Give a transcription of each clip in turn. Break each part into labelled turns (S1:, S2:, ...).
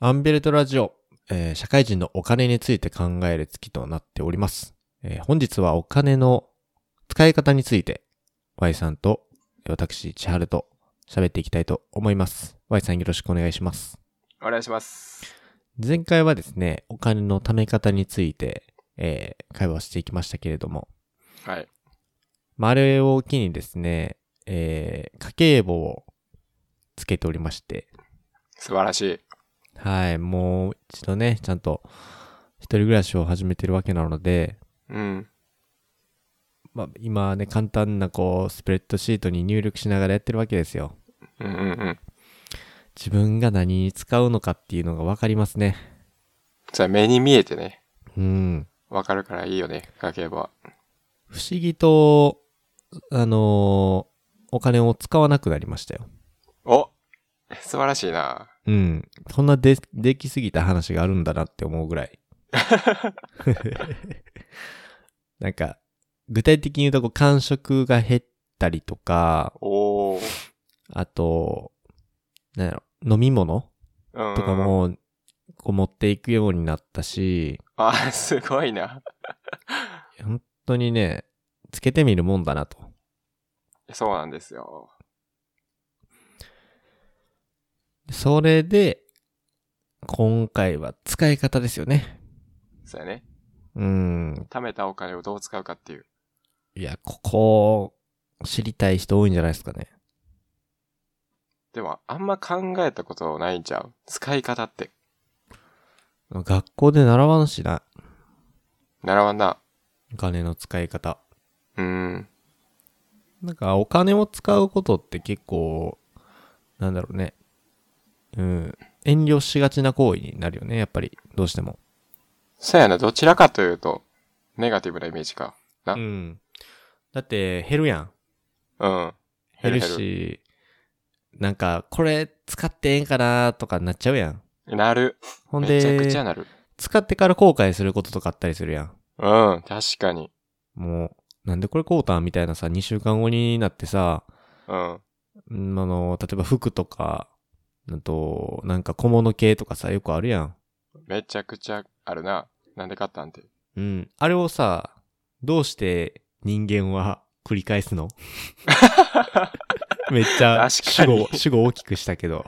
S1: アンベルトラジオ、えー社会人のお金について考える月となっております。えー本日はお金の使い方について Y さんとえー私、千春と喋っていきたいと思います。Y さんよろしくお願いします。
S2: お願いします。
S1: 前回はですね、お金の貯め方について、えー会話をしていきましたけれども、
S2: はい。
S1: まあ、あれを機にですね、えー家計簿をつけておりまして、
S2: 素晴らしい。
S1: はい、もう一度ね、ちゃんと一人暮らしを始めてるわけなので、
S2: うん。
S1: まあ、今ね、簡単なこう、スプレッドシートに入力しながらやってるわけですよ。
S2: うんうんうん。
S1: 自分が何に使うのかっていうのがわかりますね。
S2: それ目に見えてね、
S1: うん。
S2: わかるからいいよね、家計簿は。
S1: 不思議と、あのーお金を使わなくなりましたよ。
S2: お素晴らしいな。
S1: うん。そんなで、できすぎた話があるんだなって思うぐらい。なんか、具体的に言うと、こう、感触が減ったりとか、
S2: おー。
S1: あと、なんやろ、飲み物
S2: うん。
S1: とか。も、こう持っていくようになったし、
S2: あ、すごいな。
S1: 本当にね、つけてみるもんだなと。
S2: そうなんですよ。
S1: それで、今回は使い方ですよね。
S2: そうやね。
S1: うん。
S2: 貯めたお金をどう使うかっていう。
S1: いや、ここ、知りたい人多いんじゃないですかね。
S2: でも、あんま考えたことないんちゃう使い方って。
S1: 学校で習わんしな。
S2: 習わんな。
S1: お金の使い方。
S2: うん。
S1: なんか、お金を使うことって結構、なんだろうね。うん。遠慮しがちな行為になるよね、やっぱり。どうしても。
S2: そうやな、どちらかというと、ネガティブなイメージか。な。
S1: う
S2: うん。
S1: ん。だって、減るやん。減る
S2: 減る
S1: し、なんか、これ使ってええんかなとかなっちゃうやん。
S2: なる。
S1: ほん
S2: めちゃく
S1: で
S2: ち、ゃなる。
S1: 使ってから後悔することとかあったりするやん。
S2: うん。確かに。
S1: もう、なんでこれ買うたんみたいなさ、2週間後になってさ、
S2: うん。
S1: うんあの、例えば服とか、あと、なんか小物系とかさ、よくあるやん。
S2: めちゃくちゃあるな。なんで買ったんて。
S1: うん。あれをさ、どうして人間は繰り返す のめっちゃ主
S2: 確かに
S1: 語、主語大きくしたけ ど。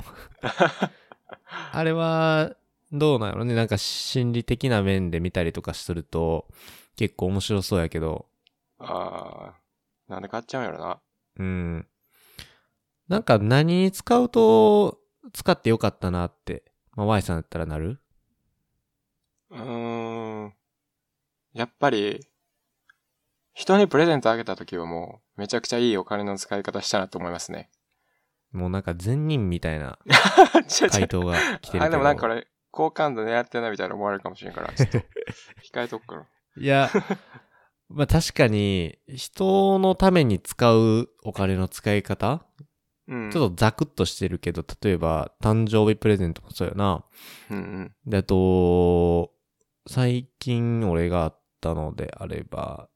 S1: あれは、どうなのねなんか心理的な面で見たりとかすると、結構面白そうやけど、
S2: ああ、なんで買っちゃうんやろな。
S1: うん。なんか何に使うと、使ってよかったなって、まあ、Y さんだったらなる
S2: うーん。やっぱり、人にプレゼントあげた時はもう、めちゃくちゃいいお金の使い方したなと思いますね。
S1: もうなんか善人みたいな
S2: ちょちょ
S1: 回答が来てるけど。
S2: あ、でもなんかこれ、好感度狙ってないみたいな思われるかもしれんから、ちょっと、控えとくから。
S1: いや、まあ確かに、人のために使うお金の使い方、
S2: うん。
S1: ちょっとザクッとしてるけど、例えば、誕生日プレゼントもそうよな。
S2: うんうん。
S1: で、あと、最近俺があったのであれば、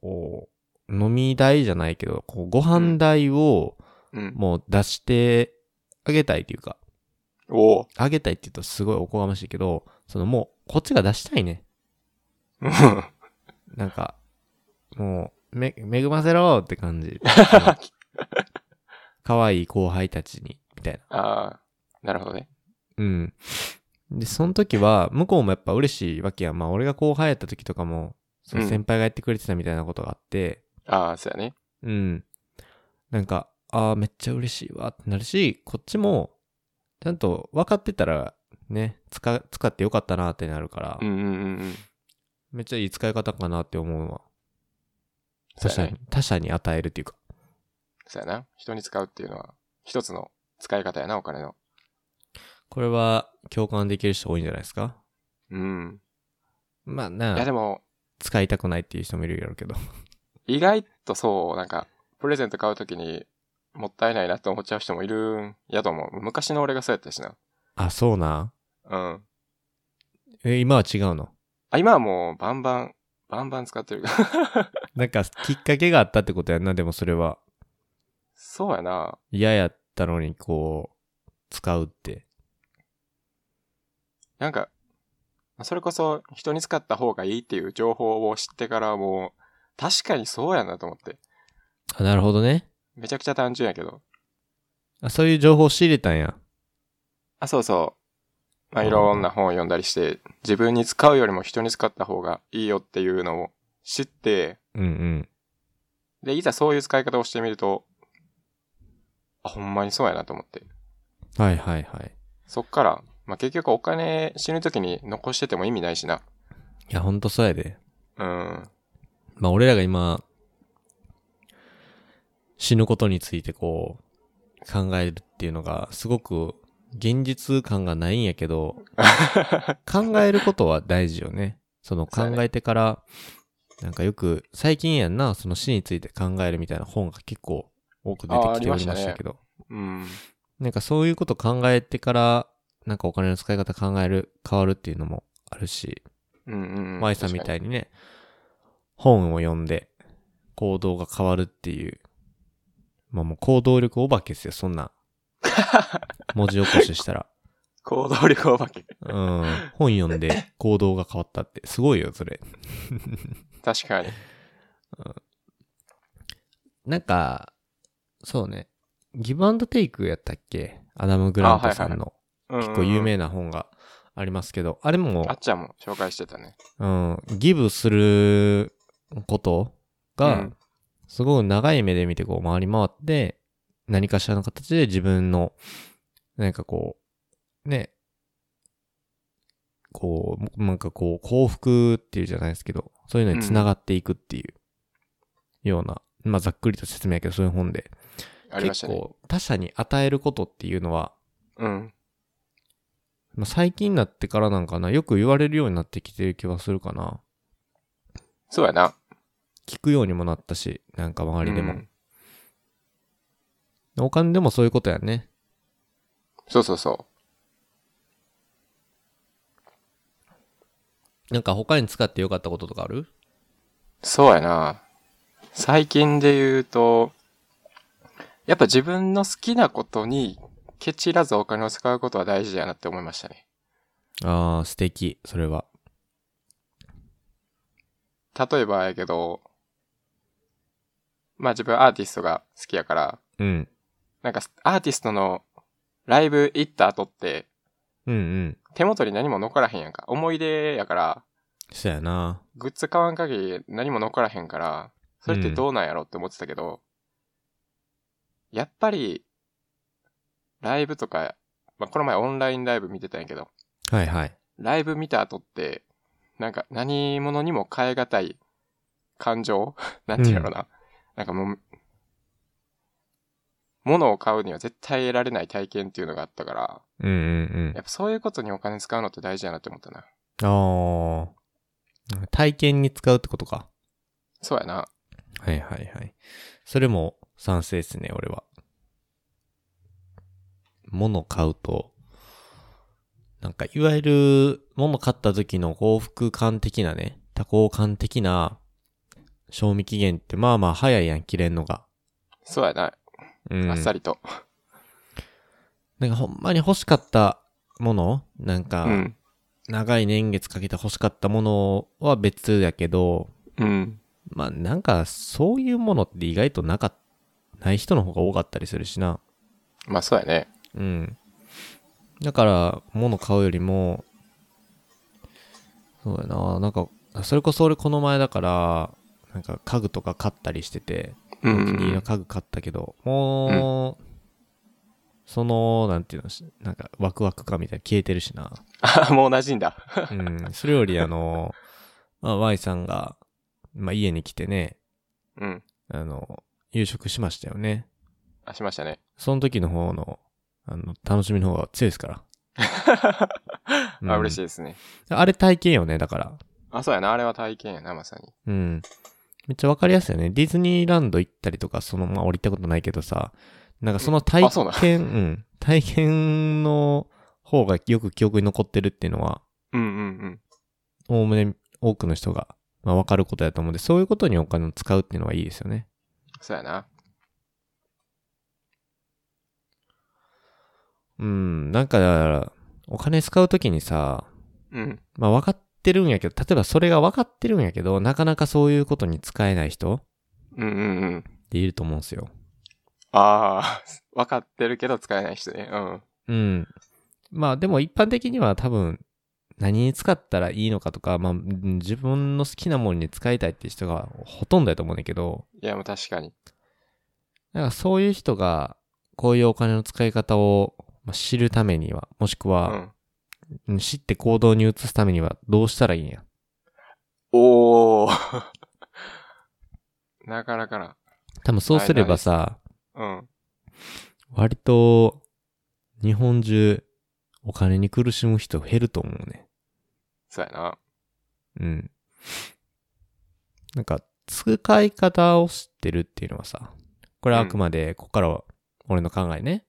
S1: こう、飲み代じゃないけど、こうご飯代を
S2: うん。
S1: もう出してあげたいというか、
S2: おお。
S1: あげたいって言うとすごいおこがましいけど、そのもう、こっちが出したいね。
S2: うん
S1: なんか、もう、め、恵ませろって感 じ。可愛い後輩たちに、みたいな。
S2: ああ、なるほどね。
S1: うん。で、その時は、向こうもやっぱ嬉しいわけやん。まあ、俺が後輩やった時とかも、その
S2: うん
S1: 先輩がやってくれてたみたいなことがあって、
S2: ああ、そうやね。
S1: うん。なんか、ああ、めっちゃ嬉しいわってなるし、こっちも、ちゃんと分かってたら、ね、使、使ってよかったなってなるから、
S2: うんうんうんうん。
S1: めっちゃいい使い方かなって思うわ。
S2: そ
S1: 他
S2: うや
S1: 者
S2: ね
S1: に、他者に与えるっていうか。
S2: そうやな。人に使うっていうのは、一つの使い方やな、お金の。
S1: これは共感できる人多いんじゃないですか
S2: うん。
S1: まあ
S2: いや、で
S1: な、
S2: も、
S1: 使いたくないっていう人もいるやろうけど。
S2: 意外とそう、なんか、プレゼント買うときに、もったいないなって思っちゃう人もいるんやと思う。昔の俺がそうやったしな。
S1: あ、そうな。
S2: うん。
S1: え、今は違うの
S2: あ、今はもう、バンバン、バンバン使ってる。
S1: なんか、きっかけがあったってことやんな、でもそれは。
S2: そうやな。
S1: 嫌やったのに、こう、使うって。
S2: なんか、それこそ人に使った方がいいっていう情報を知ってからもう、確かにそうやなと思って。
S1: あ、なるほどね。
S2: めちゃくちゃ単純やけど。
S1: あ、そういう情報を仕入れたんや。
S2: あ、そうそう。まあ、いろんな本を読んだりして、自分に使うよりも人に使った方がいいよっていうのを知って、
S1: うんうん。
S2: で、いざそういう使い方をしてみると、あ、ほんまにそうやなと思って。
S1: はいはいはい。
S2: そっから、まあ、結局お金死ぬ時に残してても意味ないしな。
S1: いや、ほんとそうやで。
S2: うん。
S1: まあ、俺らが今、死ぬことについてこう、考えるっていうのが、すごく現実感がないんやけど、考えることは大事よね。その
S2: そうや
S1: 考
S2: ね
S1: えてから、なんかよく、最近やんな、その死について考えるみたいな本が結構多く出てきておりましたけど、
S2: うん。
S1: なんかそういうこと考えてから、なんかお金の使い方考える、変わるっていうのもあるし、
S2: うんうんうん。
S1: 舞さんみた
S2: い。
S1: いにね、本を読んで行動が変わるっていう。まあもう行動力お化けですよ、そんな。文字起こししたら。
S2: 行動力お化け。
S1: うん。本読んで行動が変わったって。すごいよ、それ。
S2: 確かに。
S1: なんか、そうね。ギブアンドテイクやったっけアダム・グラントさんの
S2: 結
S1: 結構有。名な本がありますけど、あれも
S2: あっちゃんも紹介してたね。
S1: うん、ギブすることが、
S2: うん
S1: すごく長い目で見てこう回り回って、何かしらの形で自分の、何かこう、ね、こう、なんかこう、幸福っていうじゃないですけど、そういうのに繋がっていくっていうような、まあざっくりと説明やけど、そういう本で、
S2: ありました
S1: 結
S2: ね。
S1: 構他者に与えることっていうのは、
S2: うん。
S1: まあ、最近になってからなんかな、よく言われるようになってきてる気はするかな。
S2: そうやな。
S1: 聞くようにもなったし、なんか周りでも。
S2: うん
S1: お金でもそういうことやね。
S2: そうそうそ
S1: なんか他に使ってよかったこととかある
S2: う。そうやな。最近で言うと、やっぱ自分の好きなことにケチらずお金を使うことは大事やなって思いましたね。
S1: ああ、素敵、それは。
S2: 例えばやけど、まあ自分アーティストが好きやから、
S1: うん。
S2: なんかアーティストのライブ行った後って
S1: うんうん。
S2: 手元に何も残らへんやんか。思い出やから、
S1: そやな。
S2: グッズ買わん限り何も残らへんから、それってどうなんやろって思ってたけど、やっぱり、ライブとか、まあ、この前オンラインライブ見てたんやけど、
S1: はいはい。
S2: ライブ見た後って、なんか何者にも変え難い感情 なんていうのな、なんかもう、物を買うには絶対得られない体験っていうのがあったから、
S1: うんうん
S2: やっぱそういうことにお金使うのって大事やなって思ったな。
S1: うん。ああ。体験に使うってことか。
S2: そうやな。
S1: はいはいはい。それも賛成ですね、俺は。物買うと、なんかいわゆる物買った時の幸福感的なね、多幸感的な賞味期限ってまあまあ早いやん、切れんのが。
S2: そうやな。
S1: うん。
S2: あっさりと。
S1: なんかほんまに欲しかったものなんか、
S2: うん。
S1: 長い年月かけて欲しかったものは別やけど、
S2: うん。
S1: まあなんかそういうものって意外となかっない人の方が多かったりするしな。
S2: まあそうやね。
S1: うん。だから、物買うよりも、そうやな、なんか、それこそ俺この前だから、なんか家具とか買ったりしてて、
S2: う
S1: お気に入りの
S2: ん。
S1: 家具買ったけど、もう、その、なんていうのし、なんかワクワク感みたいな消えてるし な。
S2: あ、もう馴染んだ。
S1: うん。それよりあの、まあ、Y さんが、まあ、家に来てね、
S2: うん。
S1: あの、夕食しましたよね。
S2: あ、しましたね。
S1: その時の方の、あの、楽しみの方が強いですから。うん
S2: あ、嬉しいですね。
S1: あれ体験よね、だから。
S2: あ、そうやな。あれは体験やな、まさに。
S1: うん。めっちゃわかりやすいよね。ディズニーランド行ったりとか、その、まあ、降りたことないけどさ、なんかその体
S2: あそうなん
S1: 験、うん。体験の方がよく記憶に残ってるっていうのは、
S2: うんうん
S1: おおむね多くの人が、まあ、わかることだと思うんで、そういうことにお金を使うっていうのはいいですよね。
S2: そうやな。
S1: うん。なんか、だからお金使うときにさ、
S2: うん。
S1: まあ分かってるんやけど、例えばそれが分かってるんやけど、なかなかそういうことに使えない人っ
S2: うんうんうん。
S1: ていると思うんですよ。
S2: あ あ、わかってるけど使えない人ね。うん。
S1: うん。まあでも一般的には多分、何に使ったらいいのかとか、まあうん自分の好きなものに使いたいっていう人がほとんどやと思うんだけど、
S2: いや、もう確かに。
S1: だからそういう人が、こういうお金の使い方をまあ知るためには、もしく
S2: う
S1: は、
S2: ん。
S1: うん知って行動に移すためにはどうしたらいいんや。
S2: おー。 なかなかな。
S1: 多分そうすればさ、
S2: うん。
S1: 割と、日本中、お金に苦しむ人減ると思うね。
S2: そうやな。
S1: うん。なんか、使い方を知ってるっていうのはさ、これはあくまで、ここからは俺の考えね。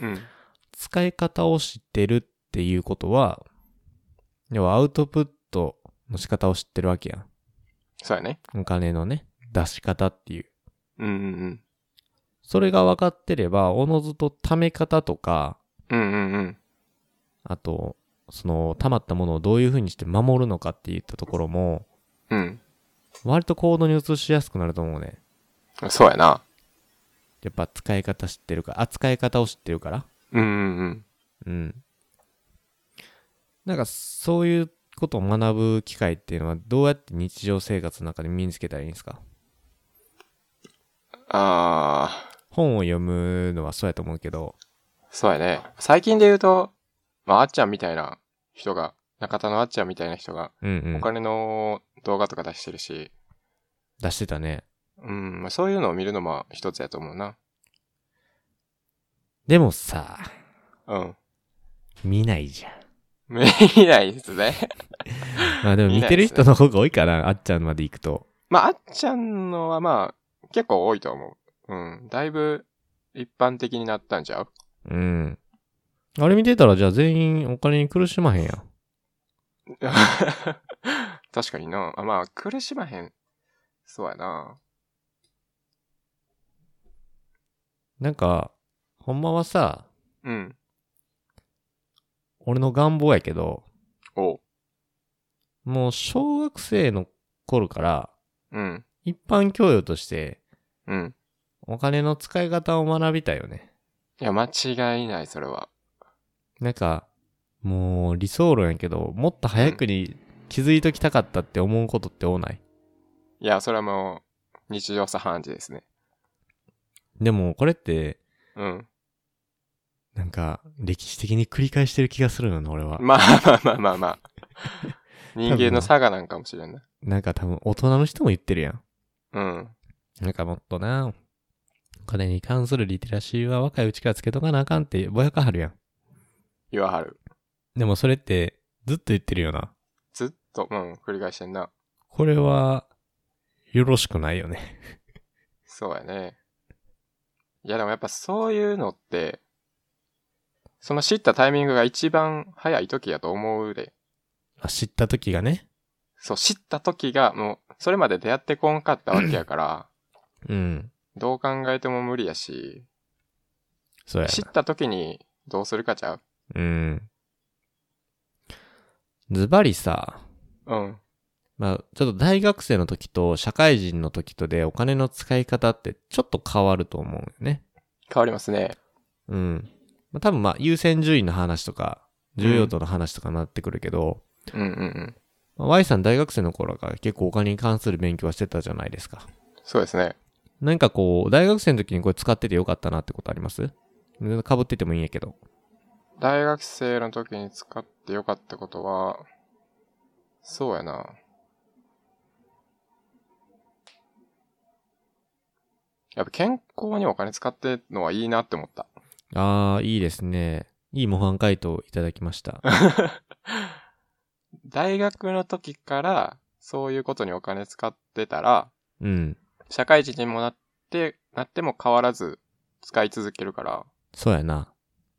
S2: うん。
S1: 使い方を知ってるっていうことは、要はアウトプットの仕方を知ってるわけや
S2: そうやね。
S1: ん。お金のね、出し方っていう。
S2: うんうん
S1: それが分かってれば、おのずと貯め方とか、
S2: うん。うんうんうん。
S1: あと、その、溜まったものをどういうふうにして守るのかっていったところも、
S2: うん。
S1: 割と行動に移しやすくなると思うね。
S2: そうやな。
S1: やっぱ使い方知ってるから、扱い方を知ってるから。
S2: うんうんうん。
S1: うん。なんか、そういうことを学ぶ機会っていうのは、どうやって日常生活の中で身につけたらいいんですか
S2: あ
S1: 本を読むのはそうやと思うけど、
S2: ー、そうやね。最近で言うと、まあ、あっちゃんみたいな人が、中田のあっちゃんみたいな人が、
S1: うんう
S2: お
S1: ん。
S2: 金の動画とか出してるし、
S1: 出してたね。
S2: うん、まあそういうのを見るのも一つやと思うな。
S1: でもさ、
S2: うん。
S1: 見ないじゃん。
S2: 見ないですね。
S1: まあでも見てる人の方が多いかな、あっちゃんまで行くと。
S2: まあ、あっちゃんのはまあ、結構多いと思う。うん。だいぶ一般的になったんちゃう
S1: うん。あれ見てたら、じゃあ全員お金に苦しまへんやん。
S2: 確かにな。あまあ、苦しまへん。そうやな。
S1: なんか、ほんまはさ、
S2: うん。
S1: 俺の願望やけど、
S2: おう。
S1: もう小学生の頃から、
S2: うん。
S1: 一般教養として、
S2: うん。
S1: お金の使い方を学びたいよね。
S2: いや、間違いない、それは。
S1: なんか、もう理想論やけど、もっと早くに気づいときたかったって思うことって多ない。
S2: いや、それはもう、日常茶飯事ですね。
S1: でも、これって、
S2: うん。
S1: なんか、歴史的に繰り返してる気がするのね、俺は。
S2: まあまあまあまあ まあ。人間の差がなんかもしれんな。
S1: なんか多分、大人の人も言ってるやん。
S2: うん。
S1: なんかもっとな、お金に関するリテラシーは若いうちからつけとかなあかんってぼやかはるやん。
S2: 言わはる。
S1: でもそれってずっと言ってるよな。
S2: ずっと、うん、繰り返してんな。
S1: これは、よろしくないよね。
S2: そうやね。いや、でもやっぱそういうのって、その知ったタイミングが一番早い時やと思うで。
S1: あ知った時がね。
S2: そう、知った時が、もう、それまで出会ってこんかったわけ やから、
S1: うん。
S2: どう考えても無理やし、
S1: そうや
S2: 知っ
S1: な。
S2: た時にどうするかちゃう
S1: うん。ズバリさ、
S2: うん。
S1: まあ、ちょっと大学生の時と社会人の時とでお金の使い方ってちょっと変わると思うよね。
S2: 変わりますね。
S1: うん。まあ、多分まあ優先順位の話とか、重要度の話とかになってくるけど、
S2: うんうんうん。
S1: まあ Y さん大学生の頃から結構お金に関する勉強はしてたじゃないですか。
S2: そうですね。
S1: 何かこう、大学生の時にこれ使っててよかったなってことありますかぶっててもいいんやけど。
S2: 大学生の時に使ってよかったことは、そうやな。やっぱ健康にお金使ってのはいいなって思った。
S1: あー、いいですね。いい模範回答いただきま した。
S2: 大学の時から、そういうことにお金使ってたら、
S1: うん。
S2: 社会人にもなって、なっても変わらず使い続けるから、
S1: そうやな。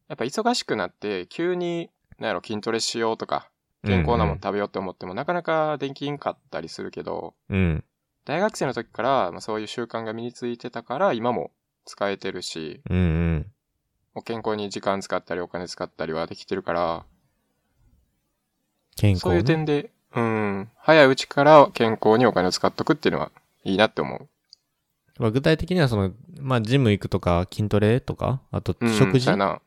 S2: やっぱ忙しくなって、急に、なんやろ、筋トレしようとか、健康なもん食べようって思っても、なかなかできんかったりするけど、
S1: うん、うん。
S2: 大学生の時から、まあ、そういう習慣が身についてたから、今も使えてるし、
S1: うんうん。
S2: もう健康に時間使ったり、お金使ったりはできてるから、
S1: 健康、
S2: そ
S1: ね。
S2: ういう点で、うん、早いうちから健康にお金を使っとくっていうのはいいなって思う。
S1: まあ、具体的にはその、まあ、ジム行くとか、筋トレとか、あと
S2: うん、
S1: 食事、
S2: そうや
S1: あ
S2: な。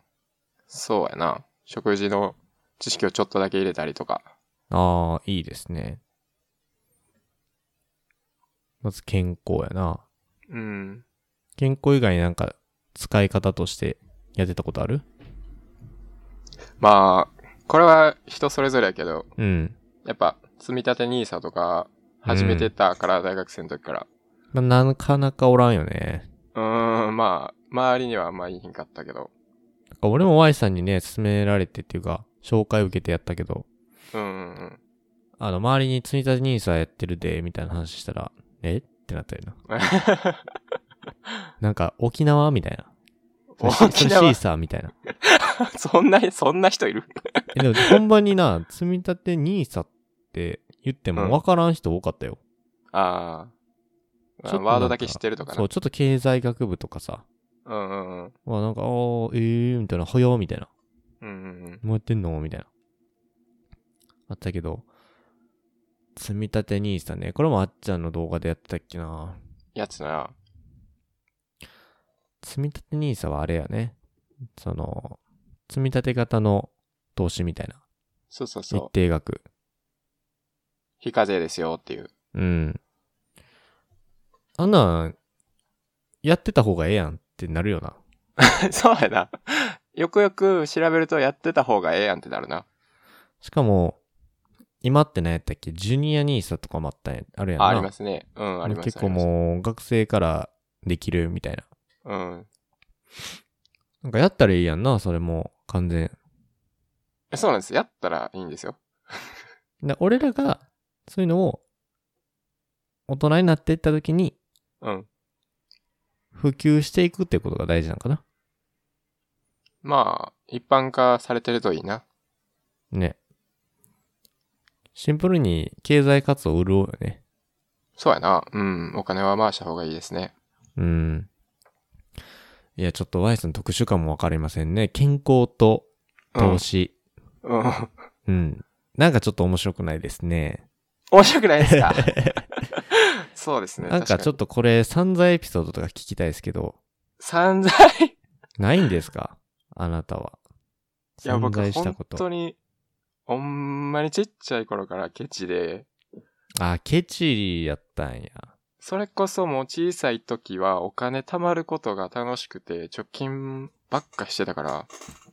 S2: そうやな。食事の知識をちょっとだけ入れたりとか。
S1: あ、いいですね。まず健康やな。
S2: うん。
S1: 健康以外になんか使い方としてやってたことある
S2: まあ、これは人それぞれやけど、
S1: うん。
S2: やっぱ、積み立て NISA とか、始めてたから、大学生の時から。
S1: まあ、なかなかおらんよね。
S2: うーん、まあ、周りにはあんまいいひんかったけど。
S1: なんか俺も Y さんにね、勧められてっていうか、紹介受けてやったけど、
S2: うんう んうん。
S1: あの、周りに積み立て NISA やってるで、みたいな話したら、えってなったよな。なんか、沖縄みたいな。それ
S2: 沖
S1: それシー
S2: 縄、
S1: サーみたいな。
S2: そんな、そんな人いる
S1: えでも、ほんまにな、積み立て NISA って言って
S2: う
S1: も
S2: ん
S1: 分からん人多かったよ。
S2: あ
S1: ちょっ
S2: あ。
S1: となんか
S2: ワードだけ知ってるとか
S1: そ
S2: な
S1: う、。ちょっと経済学部とかさ、
S2: うんうんうん。
S1: まあなんか、あー、えー、みたいな、はよみたいな。
S2: うんうんうん。
S1: もうやってんのみたいな。あったけど、積み立て NISA ね。これもあっちゃんの動画でやってたっけな。
S2: やつな。
S1: 積み立て NISA はあれやね。その、積み立て型の投資みたいな。
S2: そうそう
S1: 一
S2: そう。
S1: 定額。
S2: 非課税ですよっていう。
S1: うん。あんなん、やってた方がええやんってなるよな。
S2: そうやな。よくよく調べるとやってた方がええやんってなるな。
S1: しかも、今って何やったっけジュニア NISA とかもあったんや、あるやんな。
S2: あ、ありますね。うん、あります。
S1: 結構
S2: あり
S1: もう学生からできるみたいな。
S2: ます。うん。
S1: なんかやったらいいやんな、それも、完全。
S2: えそうなんです。やったらいいんですよ。
S1: で俺らが、そういうのを、大人になっていった時に、
S2: うん。
S1: 普及していくってことが大事なのかな。
S2: まあ、一般化されてるといいな。
S1: ね。シンプルに経済活動を潤うよね。
S2: そうやな。うん。お金は回した方がいいですね。
S1: うん。いや、ちょっと Y さん特殊感もわかりませんね。健康と
S2: うん
S1: 投。資。
S2: うん。
S1: うん。なんかちょっと面白くないですね。
S2: 面白くないですか そうですね。
S1: なんかちょっ
S2: と。
S1: とこれ散財エピソードとか聞きたいですけど、
S2: 散財い
S1: ないんですかあなたは。
S2: や、
S1: 散
S2: 僕、
S1: 財した
S2: 本
S1: こと。
S2: 当に、ほんまにちっちゃい頃からケチで、
S1: あ、ケチやったんや。
S2: それこそもう小さい時はお金貯まることが楽しくて、貯金ばっかしてたから、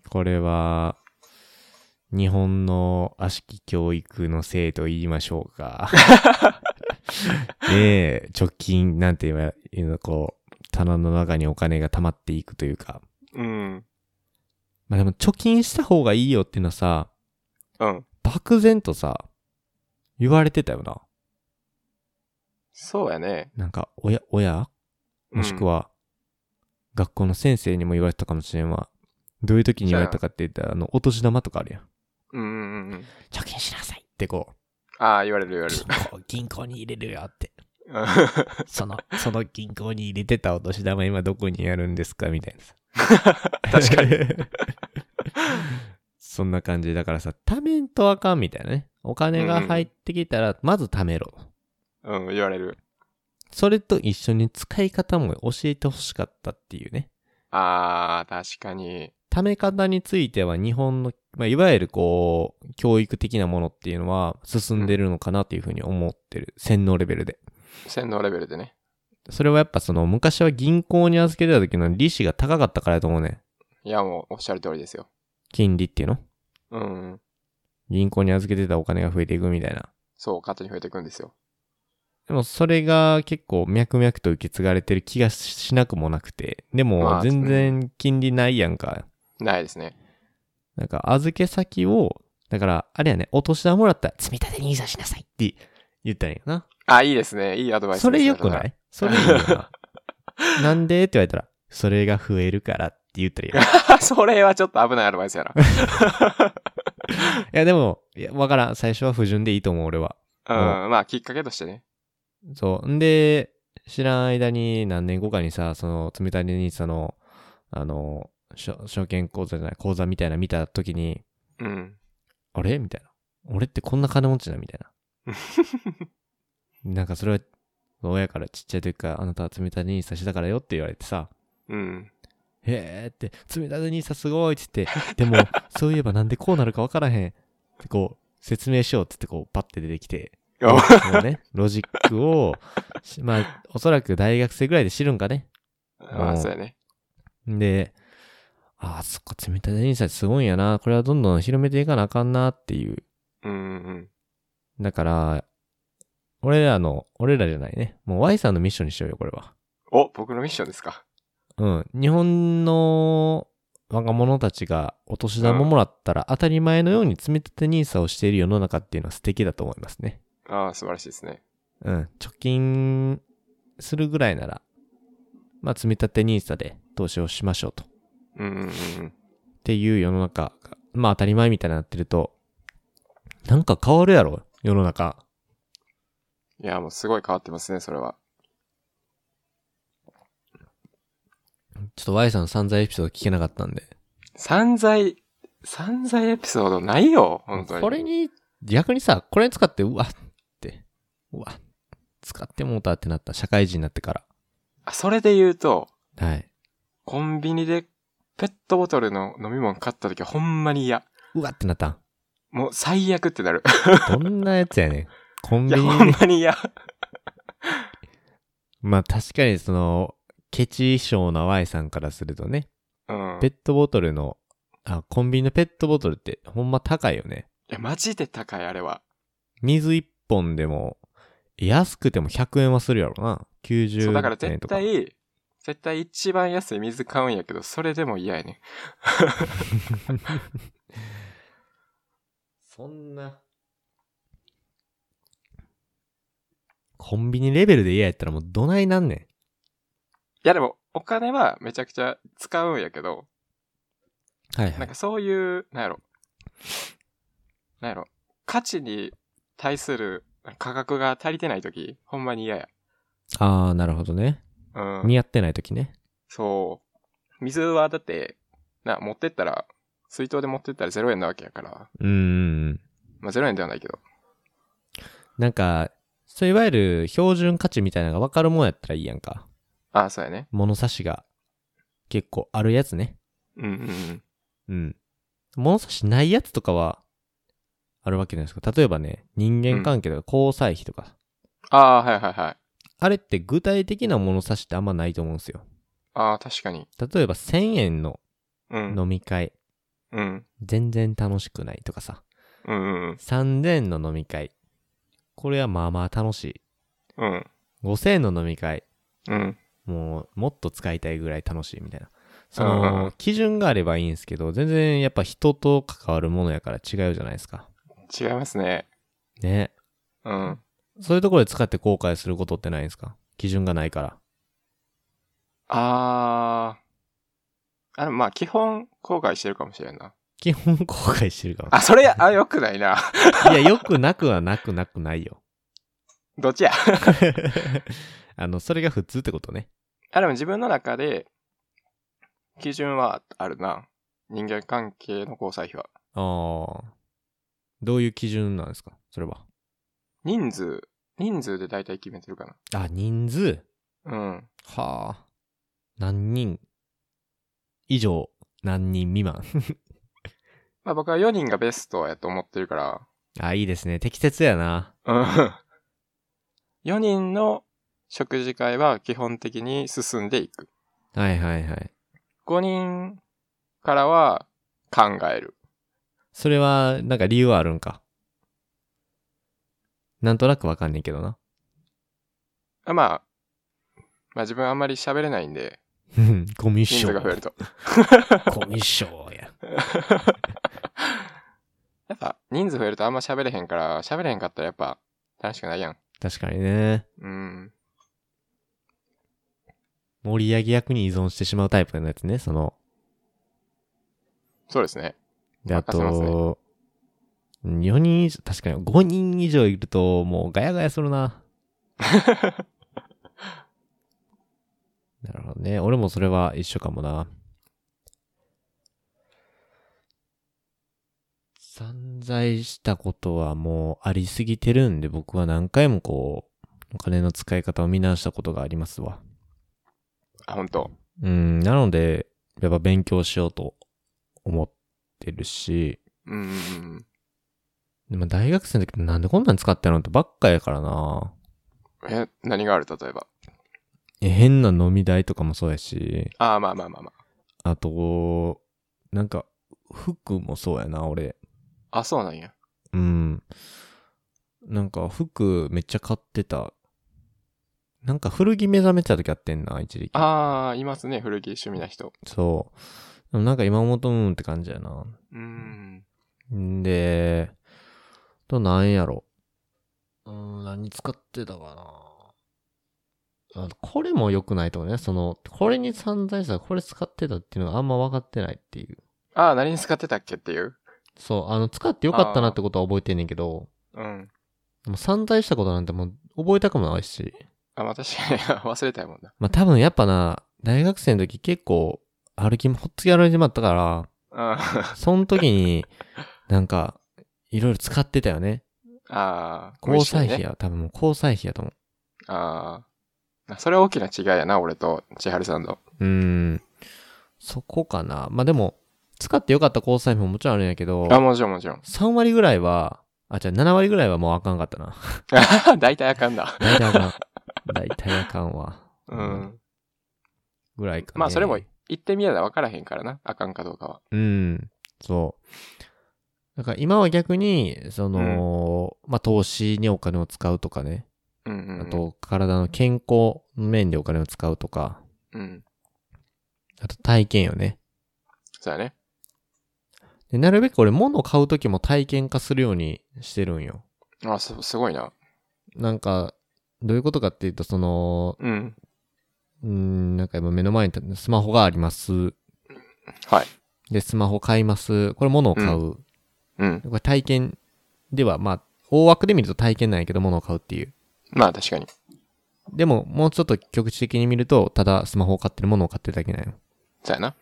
S1: これは、日本の悪しき教育のせいと言いましょうか。ねえ、貯金なんて言えば、こう、棚の中にお金が溜まっていくというか。
S2: うん。
S1: まあでも貯金した方がいいよっていうのはさ、
S2: うん。
S1: 漠然とさ、言われてたよな。
S2: そうやね。
S1: なんか、親、親もしくは、学校の先生にも言われてたかもしれんわ。どういう時に言われたかって言ったら、あの、お年玉とかあるやん。
S2: うん、うんうんうん。
S1: 貯金しなさいってこう、
S2: ああ、言われる言われる
S1: 銀。行、銀行に入れるよ って。
S2: うん
S1: その、その銀行に入れてたお年玉今どこにあるんですかみたいなさ。
S2: 確かに。
S1: に。 そんな感じだからさ、貯めんとあかんみたいなね。お金が入ってきたら、まず貯めろ。
S2: うん、言われる。
S1: それと一緒に使い方も教えてほしかったっていうね。
S2: ああ、確かに。
S1: 貯め方については日本の、まあ、いわゆるこう、教育的なものっていうのは進んでるのかなっていうふうに思ってる。洗脳レベルで。
S2: 洗脳レベルでね。
S1: それはやっぱその昔は銀行に預けてた時の利子が高かったからやと思うね。
S2: いや、もうおっしゃる通りですよ。
S1: 金利っていうの
S2: うんうん。
S1: 銀行に預けてたお金が増えていくみたいな。
S2: そう、勝手に増えていくんですよ。
S1: でもそれが結構脈々と受け継がれてる気がしなくもなくて。で
S2: ま
S1: も
S2: あ
S1: 全然金利ないやんか。
S2: ないですね。
S1: なんか預け先を、だからあれやね、お年玉もらったら積み立て NISA しなさいって言ったらいいよな。
S2: あ、いいですね。いいアドバイスです
S1: それ良くないいそれいいよ な。なんでって言われたら、それが増えるからって言ったらいいよな
S2: それはちょっと危ないアドバイスや な。
S1: いやでも、いや、わからん。最初は不純でいいと思う、俺は。
S2: うん、まあ、きっかけとしてね。
S1: そう。んで、知らん間に何年後かにさ、その、積み立て NISA の、あの、しょ証券口座じゃない、口座みたいな見たときに、
S2: うん。
S1: あれみたいな。俺ってこんな金持ちだみたいな。なんかそれは、親からちっちゃい時からあなたは冷たい兄さんしだからよって言われてさ、
S2: うん。
S1: へえって、冷たい兄さんすごいっつって、でも、そういえばなんでこうなるかわからへん。ってこう、説明しようっつってこう、パッて出てきて、
S2: お
S1: もうね、ロジックを、しまあ、おそらく大学生ぐらいで知るんかね。
S2: ああ、そうやね。
S1: で、ああ、そっか、冷たい人材すごいんやな。これはどんどん広めていかなあかんなっていう。
S2: うんうん
S1: だから、俺らの、俺らじゃないね。もう Y さんのミッションにしようよ、これは。
S2: うん。お、僕のミッションですか。
S1: うん。日本の若者たちがお年玉もらったら当たり前のように積み立て NISA をしている世の中っていうのは素敵だと思いますね。
S2: ああ、素晴らしいですね。
S1: うん。貯金するぐらいなら、まあ積み立て NISA で投資をしましょうと。
S2: うんうんうん
S1: っていう世の中が、まあ当たり前みたいになってると、なんか変わるやろ、世の中。
S2: うん。いや、もうすごい変わってますね、それは。
S1: ちょっと Y さんの散々エピソード聞けなかったんで。
S2: 散財、散財エピソードないよ、本当に。
S1: これに、逆にさ、これに使って、うわって、うわ、使ってもうたってなった、社会人になってか
S2: あ、それで言うと、
S1: ら。はい。
S2: コンビニでペットボトルの飲み物買った時はほんまに嫌。
S1: うわってなった。
S2: もう最悪ってなる。
S1: どんなやつやね ん。コンビ
S2: いや、
S1: ニ
S2: ほん
S1: で。
S2: まに嫌。
S1: まあ確かにその、ケチ症な Y さんからするとね、
S2: うん。
S1: ペ
S2: い
S1: ットボトルの、あ、コンビニのペットボトルってほんま高いよね。
S2: や、マジで高い、あれは。
S1: 水一本でも、安くても100円はするやろな。90円と
S2: そ
S1: か。
S2: う、だから絶対、絶対一番安い水買うんやけど、それでも嫌やね
S1: そんな。コンビニレベルで嫌やったらもうどないなんね
S2: いや、でも、お金はめちゃくちゃ使うんやけど、
S1: ん。はいは
S2: なんかそういう、なんやろ。なんやろ。価値に対する価格が足りてないとき、ほんまに嫌や。
S1: ああ、なるほどね。
S2: うん。
S1: 見合ってない時ね。
S2: そう。水はだって、な、持ってったら、水筒で持ってったら0円なわけやから。
S1: うーん。
S2: まあ0円ではないけど。
S1: なんか、そういわゆる標準価値みたいなのが分かるもんやったらいいやんか。
S2: ああ、そうやね。
S1: 物差しが結構あるやつね。
S2: うんうんうん。
S1: うん。物差しないやつとかは、あるわけじゃないですか。例えばね、人間関係とか交際費とか、
S2: ああ、はいはいはい。
S1: あれって具体的な物差しってあんまないと思うんですよ。
S2: ああ、確かに。
S1: 例えば1000円の
S2: うん。
S1: 飲み会、
S2: うん。
S1: 全然楽しくないとかさ、
S2: うんうんうん。
S1: 3000円の飲み会、これはまあまあ楽しい。
S2: うん。
S1: 5000円の飲み会、
S2: うん。
S1: もうもっと使いたいぐらい楽しいみたいな。そ
S2: うんうんう
S1: の
S2: ん、
S1: 基準があればいいんですけど、全然やっぱ人と関わるものやから違うじゃないですか。
S2: 違いますね。
S1: ね。
S2: うん。
S1: そういうところで使って後悔することってないんですか基準がないから。
S2: ああ。あの、まあ、基本、後悔してるかもしれんな。
S1: 基本後悔してるか
S2: あ、それ、あ、よくないな。
S1: ら。いや、よくなくはなくなくないよ。
S2: どっちや。
S1: あの、それが普通ってことね。
S2: あ、でも自分の中で、基準はあるな。人間関係の交際費は。
S1: ああ。どういう基準なんですかそれは。
S2: 人数、人数で大体決めてるか
S1: あ、人数
S2: な。うん。
S1: はあ。何人以上、何人未満。
S2: まあ僕は4人がベストやと思ってるから、
S1: あ、いいですね。適切やな。
S2: うん。4人の食事会は基本的に進んでいく。
S1: はいはいはい。
S2: 5人からは考える。
S1: それは、なんか理由はあるんか。なんとなくわかんねえけど な。
S2: あまあ、まあ自分あんまり喋れないんで、
S1: うんコミッシ
S2: 人数
S1: ョ
S2: が増える
S1: ン。
S2: と。
S1: コミッションや。
S2: やっぱ人数増えるとあんま喋れへんから、喋れへんかったらやっぱ楽しくないやん。
S1: 確かにね。
S2: うん。
S1: 盛り上げ役に依存してしまうタイプのやつね、その。
S2: そうですね。
S1: で、あ
S2: 任せますね
S1: と、4人以上、確かに5人以上いると、もうガヤガヤするな。なるほどね。俺もそれは一緒かもな。散在したことはもうありすぎてるんで、僕は何回もこう、お金の使い方を見直したことがありますわ。
S2: あ、本当
S1: うん、なので、やっぱ勉強しようと思ってるし、
S2: うんうんうん。
S1: でも大学生の時なんでこんなん使ってるのってばっかやからな
S2: え、何がある例えば。
S1: え変な飲み代とかもそうやし、
S2: ああ、まあまあまあま
S1: あと、なんか、服もそうやな、俺。
S2: あ。あ、そうなんや。
S1: うん。なんか、服めっちゃ買ってた。なんか、古着目覚めてた時あってんな、一時期。
S2: ああ、いますね、古着趣味な人。
S1: そう。でもなんか今思うとうんって感じやな。
S2: うん。
S1: んで、となんやろ。うーん、何使ってたかな。あこれも良くないと思うね。その、これに散財したらこれ使ってたっていうのがあんま分かってないっていう。
S2: ああ、何に使ってたっけっていう。
S1: そう、あの、使って良かったなってことは覚えてんねんけど、
S2: うん。
S1: でも散財したことなんてもう覚えたくもないし。
S2: あ、まあ確かに 忘れたいもんな。
S1: まあ多分やっぱな、大学生の時結構歩き、ほっつき歩いてまったから、
S2: あ
S1: その時に、なんか、いろいろ使ってたよ ね。
S2: あー、
S1: 交際
S2: 無意識に
S1: 費
S2: ね。
S1: や、多分もう交際費やと思
S2: ああ。それは大きな違いやな、俺と千春さんの。
S1: う。うーん。そこかな。まあでも、使ってよかった交際費ももちろんあるんやけど、
S2: あ、もちろんもちろん。
S1: 3割ぐらいは、あ、じゃあ7割ぐらいはもうあかんかったな。
S2: 大体あかんな。
S1: 大体あかん。大体あかんわ。
S2: うん。
S1: ぐらいかな。
S2: まあそれも言ってみれば分からへんからな、あかんかどうかは。
S1: うん、そう。だから今は逆に、その、まあ、投資にお金を使うとかね。
S2: うんうんうん。
S1: あ、と、体の健康の面でお金を使うとか。
S2: うん。
S1: あと、体験よね。
S2: そうやね。
S1: でなるべく俺、物を買うときも体験化するようにしてるんよ。
S2: あ、す、すごいな。
S1: なんか、どういうことかっていうと、その、
S2: うん。
S1: うーん、なんか今目の前にスマホがあります。
S2: はい。
S1: で、スマホ買います。これ物を買う。
S2: うん。
S1: これ体験では、まあ、大枠で見ると体験なんやけど、物を買うっていう。
S2: まあ確かに。
S1: でも、もうちょっと局地的に見ると、ただスマホを買ってるものを買ってるだけなんよ。
S2: そうやな。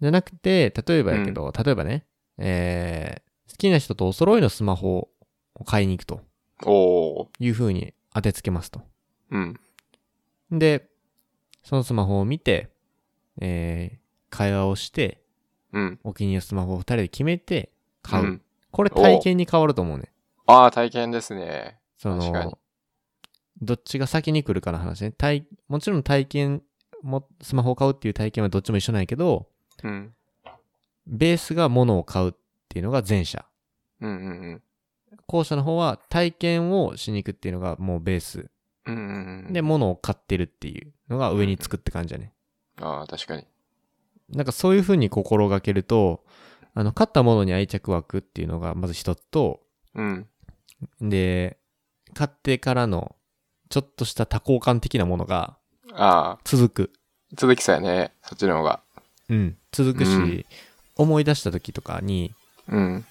S1: じゃなくて、例えばやけど、例えばね、えー、好きな人とお揃いのスマホを買いに行くと
S2: おー。
S1: いう風に当てつけますと。
S2: うん。
S1: で、そのスマホを見て、えー、会話をして、
S2: うん。
S1: お気に入りのスマホを二人で決めて買う。
S2: うん
S1: これ体験に変わると思うね。
S2: ああ、体験ですね。
S1: そ
S2: 確かに
S1: の、どっちが先に来るかの話ね。体もちろん体験も、スマホを買うっていう体験はどっちも一緒なんやけど、
S2: うん。
S1: ベースが物を買うっていうのが前者。
S2: うんうんうん。
S1: 後者の方は体験をしに行くっていうのがもうベース。
S2: うんうんうん。
S1: で、物を買ってるっていうのが上につくって感じだね。
S2: ああ、確かに。
S1: なんかそういう風に心がけると、あの、買ったものに愛着枠っていうのがまず一つと、
S2: うん。
S1: で、買ってからのちょっとした多幸感的なものが
S2: ああ、
S1: 続く。
S2: 続きそうやね。そっちの方が。
S1: うん。続くし、
S2: うん
S1: 思い出した時とかに、
S2: うん。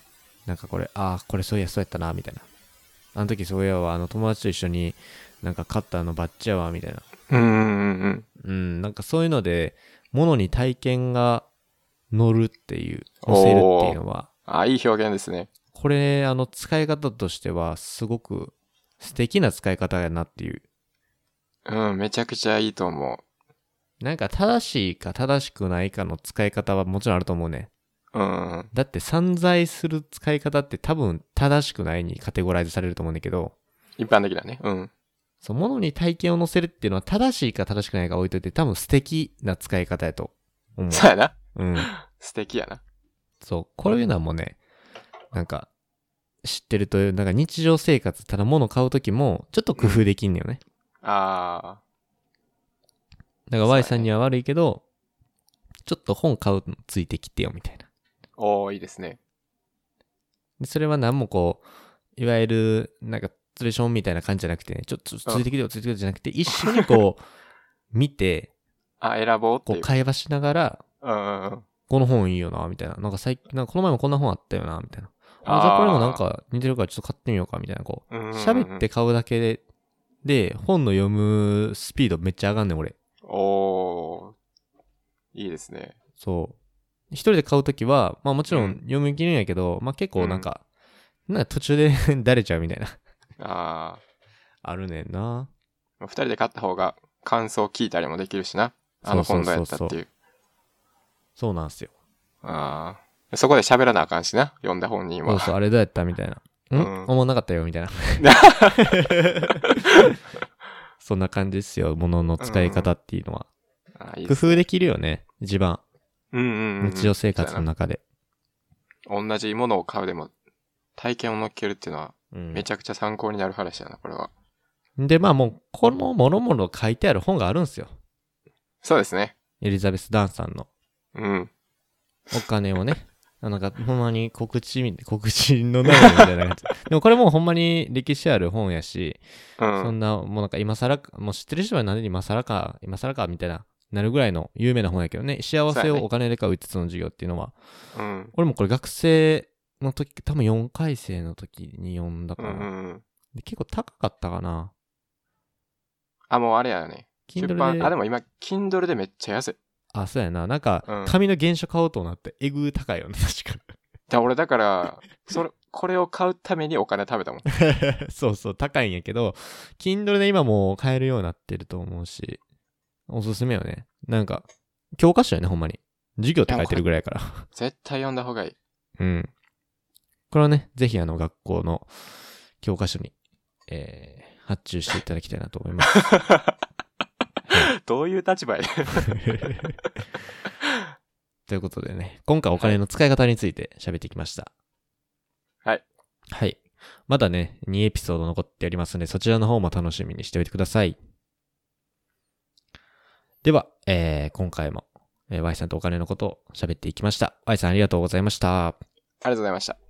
S1: なんかこれ、ああ、これそういや、そうやったな、みたいな。あの時そういやわ、あの友達と一緒になんかカッターのバッチやわ、みたいな。
S2: うんうんうん。
S1: うん、なんかそういうので、物に体験が乗るっていう、乗せるっていうのは、
S2: ああ、いい表現ですね。
S1: これ、あの、使い方としては、すごく素敵な使い方やなっていう。
S2: うん、めちゃくちゃいいと思
S1: なんか正しいか正しくないかの使い方はもちろんあると思うね。
S2: う。うん。
S1: だって散財する使い方って多分正しくないにカテゴライズされると思うんだけど、
S2: 一般的だね。うん。
S1: その物に体験を乗せるっていうのは正しいか正しくないか置いといて多分素敵な使い方やと思
S2: そうやな。
S1: う。うん。
S2: 素敵やな。
S1: そう。こういうのはもうね、なんか、知ってるという、なんか日常生活、ただ物買うときも、ちょっと工夫できんのよね。
S2: あ
S1: だから Y さんには悪いけど、ちょっと本買うのついてきてよ、みたいな。
S2: あ、おー、いいですね。
S1: で、それは何もこう、いわゆる、なんか、ツレションみたいな感じじゃなくてね、ちょっとついてきてよ、ついてきてよじゃなくて、一緒にこう、 見て、
S2: あ、選ぼうって
S1: こ
S2: いうう。
S1: 会話しながら、
S2: うんうんうん。
S1: この本いいよな、みたいな。なんか最近、なんかこの前もこんな本あったよな、みたいな。あ、
S2: あー
S1: じゃあこれもなんか似てるからちょっと買ってみようか、みたいな、こう。
S2: うんうんうん
S1: 喋って。買うだけで、で、本の読むスピードめっちゃ上がんねん、俺。
S2: おー、いいですね。
S1: そ一人で買うときは、まあもちろ
S2: うん
S1: ん読み切るんやけど、まあ結構なんか、なんか途中で だれちゃうみたいな。
S2: あ
S1: あるねんな。
S2: あ。二人で買った方が感想聞いたりもできるしな。あの
S1: そうそう
S2: 本
S1: そ
S2: だ
S1: う
S2: やったっていう。
S1: そうなんすよ。
S2: ああ。そこで喋らなあかんしな。読んだ本人
S1: そう
S2: は。
S1: そう、あれどうやったみたいな。ん、
S2: うん
S1: 思わなかったよみたい な。そんな感じですよ。物の使い方っていうのは。
S2: ああいいっ
S1: 工
S2: す
S1: 夫できるよね。一番。
S2: うんうん、うん。
S1: 日常生活の中で。
S2: 同じものを買うでも体験を乗っけるっていうのは
S1: うん
S2: めちゃくちゃ参考になる話やな、これは。
S1: で、まあもう、この諸々書いてある本があるんすよ。
S2: そうですね。
S1: エリザベス・ダンさんの。
S2: うん。
S1: お金をね。 あなんか、ほんまに告知み、告知のないみたいな やつ。でもこれもうほんまに歴史ある本やし、
S2: う
S1: そ
S2: ん。
S1: んな、もうなんか今更か、もう知ってる人はなんで今更か、今更か、みたいな、なるぐらいの有名な本やけどね。幸
S2: そう
S1: せ
S2: や
S1: を
S2: ね
S1: お金で買う5つの授業っていうのは、
S2: うん。
S1: 俺もこれ学生の時、多分4回生の時に読んだか
S2: うんう
S1: な。
S2: んうん。
S1: で結構高かったかな。
S2: あ、もうあれやよね。出
S1: Kindle で
S2: 版、あ、でも今、Kindle でめっちゃ安い。
S1: あ、そうやな。なんか、
S2: うん
S1: 紙の原書買おうとなって、えぐー高いよね、確
S2: だ俺だから、 それ、これを買うためにお金食べたもん。
S1: かに。 そうそう、高いんやけど、Kindle で今もう買えるようになってると思うし、おすすめよね。なんか、教科書やね、ほんまに。授業って書いてるぐらいから。
S2: 絶対読んだ方がいい。
S1: うん。これはね、ぜひあの、学校の教科書に、えー、発注していただきたいなと思います。
S2: どういう立場や ね
S1: ということでね、今回お金の使い方について喋ってきました。
S2: はい。
S1: はい。まだね、2エピソード残っておりますので、そちらの方も楽しみにしておいてください。では、えー、今回も、えー Y さんとお金のことを喋っていきました。Y さんありがとうございました。
S2: ありがとうございました。